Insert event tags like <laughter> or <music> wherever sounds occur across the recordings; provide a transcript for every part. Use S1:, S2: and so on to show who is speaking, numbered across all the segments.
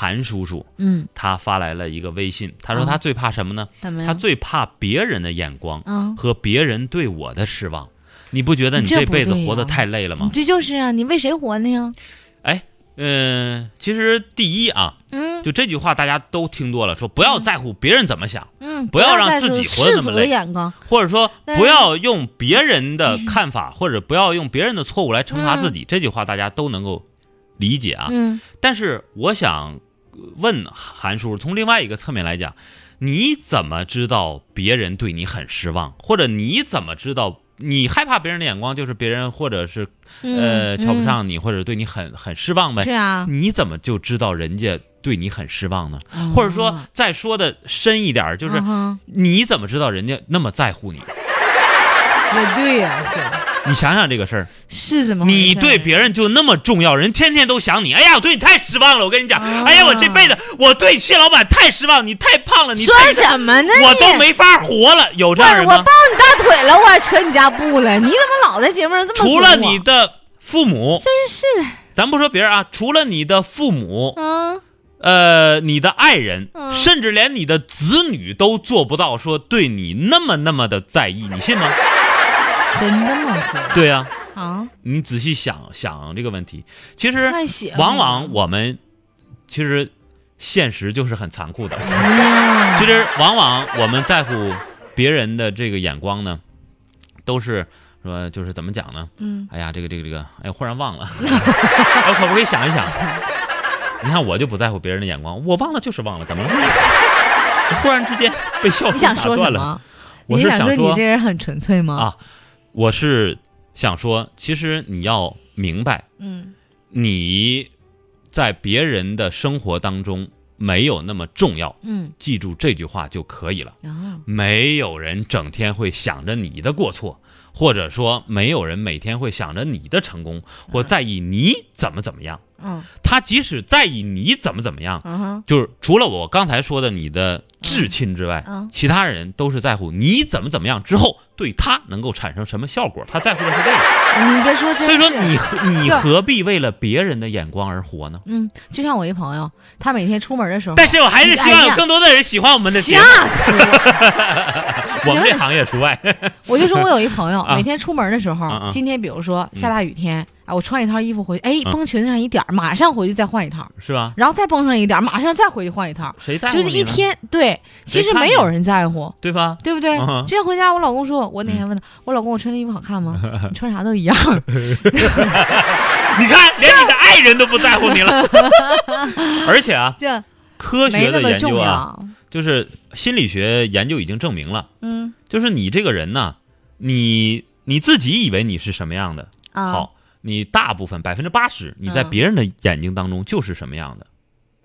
S1: 韩叔叔，
S2: 嗯，
S1: 他发来了一个微信，他说
S2: 啊
S1: 他最怕什么呢？
S2: 怎么
S1: 他
S2: 样？
S1: 最怕别人的眼光
S2: 嗯，
S1: 和别人对我的失望。你不觉得你
S2: 这
S1: 这
S2: 不
S1: 辈子
S2: 对
S1: 活得
S2: 呀
S1: 太累了
S2: 你
S1: 吗？
S2: 这就是啊，你为谁活呢呀？
S1: 哎，嗯，其实第一啊，
S2: 嗯
S1: 就这句话大家都听多了，说不要在乎别人怎么想，
S2: 嗯，
S1: 不要让
S2: 再
S1: 自
S2: 说
S1: 己活得
S2: 世
S1: 那
S2: 俗
S1: 么
S2: 的
S1: 累
S2: 眼光，
S1: 或者说
S2: 但
S1: 不
S2: 是
S1: 要用别人的
S2: 嗯
S1: 看法，或者不要用别人的错误来惩罚自己。这句话大家都能够理解啊。
S2: 嗯
S1: 但是我想呃问韩叔，从另外一个侧面来讲，你怎么知道别人对你很失望，或者你怎么知道你害怕别人的眼光，就是别人或者是呃
S2: 嗯，
S1: 瞧不
S2: 嗯
S1: 上你，或者对你很很失望
S2: 是
S1: 呗？
S2: 啊，
S1: 你怎么就知道人家对你很失望呢？ <laughs> 或者说
S2: 哦
S1: 再说的深一点儿，就是
S2: 嗯哼
S1: 你怎么知道人家那么在乎你？
S2: 也对呀，
S1: 你想想这个事儿，
S2: 是怎么回事儿？
S1: 你对别人就那么重要，人天天都想你。哎呀，我对你太失望了，我跟你讲，
S2: 啊
S1: 哎呀，我这辈子我对谢老板太失望，你太胖了，你
S2: 说
S1: 太
S2: 什么呢？
S1: 我
S2: 你
S1: 都没法活了。有这
S2: 不
S1: 样
S2: 是
S1: 人
S2: 我
S1: 吗
S2: 抱？你大腿了，我扯你家布了，你怎么老在节目上这么
S1: 除
S2: 说
S1: 了
S2: 我
S1: 你的父母，
S2: 真是的，
S1: 咱不说别人啊，除了你的父母，
S2: 嗯，
S1: 呃，你的爱人，
S2: 嗯
S1: 甚至连你的子女都做不到说对你那么那么的在意，你信吗？
S2: 真的吗？
S1: 对呀、
S2: 啊，
S1: 你仔细想想这个问题，其实
S2: 太邪乎了，
S1: 往往我们其实现实就是很残酷的。
S2: 哎呀
S1: 其实往往我们在乎别人的这个眼光呢，都是说就是怎么讲呢？
S2: 嗯，
S1: 哎呀，这个这个这个，哎呀，忽然忘了，哎，可不可以想一想？你看我就不在乎别人的眼光，我忘了就是忘了，怎么了？忽然之间被笑
S2: 你
S1: 声
S2: 想
S1: 打
S2: 说什
S1: 断了。
S2: 么？
S1: 我
S2: 你
S1: 是
S2: 想
S1: 想
S2: 你
S1: 说
S2: 这，人很纯粹吗？
S1: 啊我是想说，其实你要明白，
S2: 嗯
S1: 你在别人的生活当中没有那么重要，
S2: 嗯，
S1: 记住这句话就可以了。
S2: 然后
S1: 没有人整天会想着你的过错，或者说没有人每天会想着你的成功或在意你怎么怎么样。
S2: 嗯
S1: 他即使在意你怎么怎么样，
S2: 嗯哼
S1: 就是除了我刚才说的你的至亲之外，
S2: 嗯
S1: 其他人都是在乎你怎么怎么样之后对他能够产生什么效果，他在乎的是这个。
S2: 嗯，你别说这，
S1: 所以说你何你
S2: 这
S1: 何必为了别人的眼光而活呢？
S2: 嗯，就像我一朋友，他每天出门的时候，
S1: 但是我还是希望
S2: 哎
S1: 有
S2: 呀
S1: 更多的人喜欢我们的节
S2: 吓
S1: 目，
S2: 死
S1: <laughs>
S2: 我！
S1: 我们这行业除外。
S2: 我就说我有一朋友，
S1: 啊
S2: 每天出门的时
S1: 啊嗯啊
S2: 候，今天比如说下大雨天，啊，我穿一套衣服回去，哎，
S1: 嗯
S2: 绷裙子上一点儿，马上回去再换一套，
S1: 是吧？
S2: 然后再绷上一点儿，马上再回去换一套，
S1: 谁在乎
S2: 就是一
S1: 你呢，
S2: 天。对，其实
S1: 看
S2: 没
S1: 你
S2: 有人在乎，
S1: 对吧？
S2: 对不对
S1: 嗯哼？
S2: 就像回家，我老公说，我那天问他，
S1: 嗯
S2: 我老公我穿这衣服好
S1: <laughs>
S2: 看吗？你穿啥都一样。 <laughs>
S1: 你看，连你的爱人都不在乎你了。而且啊，
S2: 这
S1: 科
S2: 没
S1: 学
S2: 那
S1: 的
S2: 么
S1: 研
S2: 重
S1: 究啊，
S2: 要。
S1: 就是心理学研究已经证明了，
S2: 嗯
S1: 就是你这个人呢，你你自己以为你是什么样的，
S2: 啊，
S1: 好，你大部分百分之八十，你在
S2: 嗯
S1: 别人的眼睛当中就是什么样的，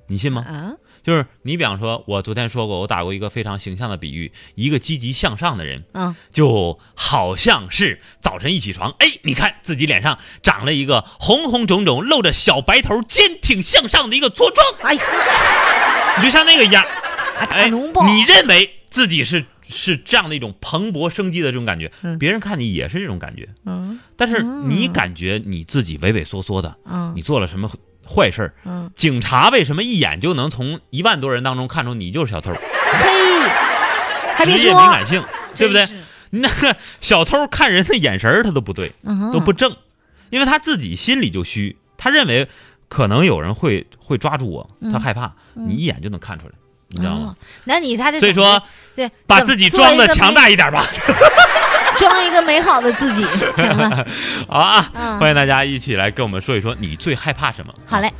S1: 你信吗？
S2: 啊，
S1: 就是你比方说，我昨天说过，我打过一个非常形象的比喻，一个积极向上的人，
S2: 嗯
S1: 就好像是早晨一起床，哎，你看自己脸上长了一个红红肿肿、露着小白头、坚挺向上的一个痤疮，
S2: 哎呵，
S1: 你就像那个一样，
S2: 啊大
S1: 哎，
S2: 脓包，
S1: 你认为自己是是这样的一种蓬勃生机的这种感觉，
S2: 嗯
S1: 别人看你也是这种感觉，
S2: 嗯
S1: 但是
S2: 嗯
S1: 你感觉你自己畏畏缩缩的，
S2: 嗯
S1: 你做了什么坏事儿？
S2: 嗯，
S1: 警察为什么一眼就能从一万多人当中看出你就是小偷？
S2: 嘿，还别
S1: 职业
S2: 说
S1: 敏，感性，对不对
S2: 真？是？
S1: 那个小偷看人的眼神儿他都不对。
S2: 嗯
S1: 都不正，因为他自己心里就虚，他认为可能有人会会抓住我，
S2: 嗯
S1: 他害怕，
S2: 嗯
S1: 你一眼就能看出来，你知道吗？
S2: 哦？那你他得
S1: 所以
S2: 怎么
S1: 说，
S2: 对，
S1: 把
S2: 怎么
S1: 自己
S2: 做
S1: 装
S2: 一
S1: 的
S2: 个
S1: 强
S2: 美，
S1: 大一点吧， <laughs>
S2: 装一个美好的自己，行了，
S1: 好啊！
S2: 嗯
S1: 欢迎大家一起来跟我们说一说你最害怕什么。
S2: 好嘞。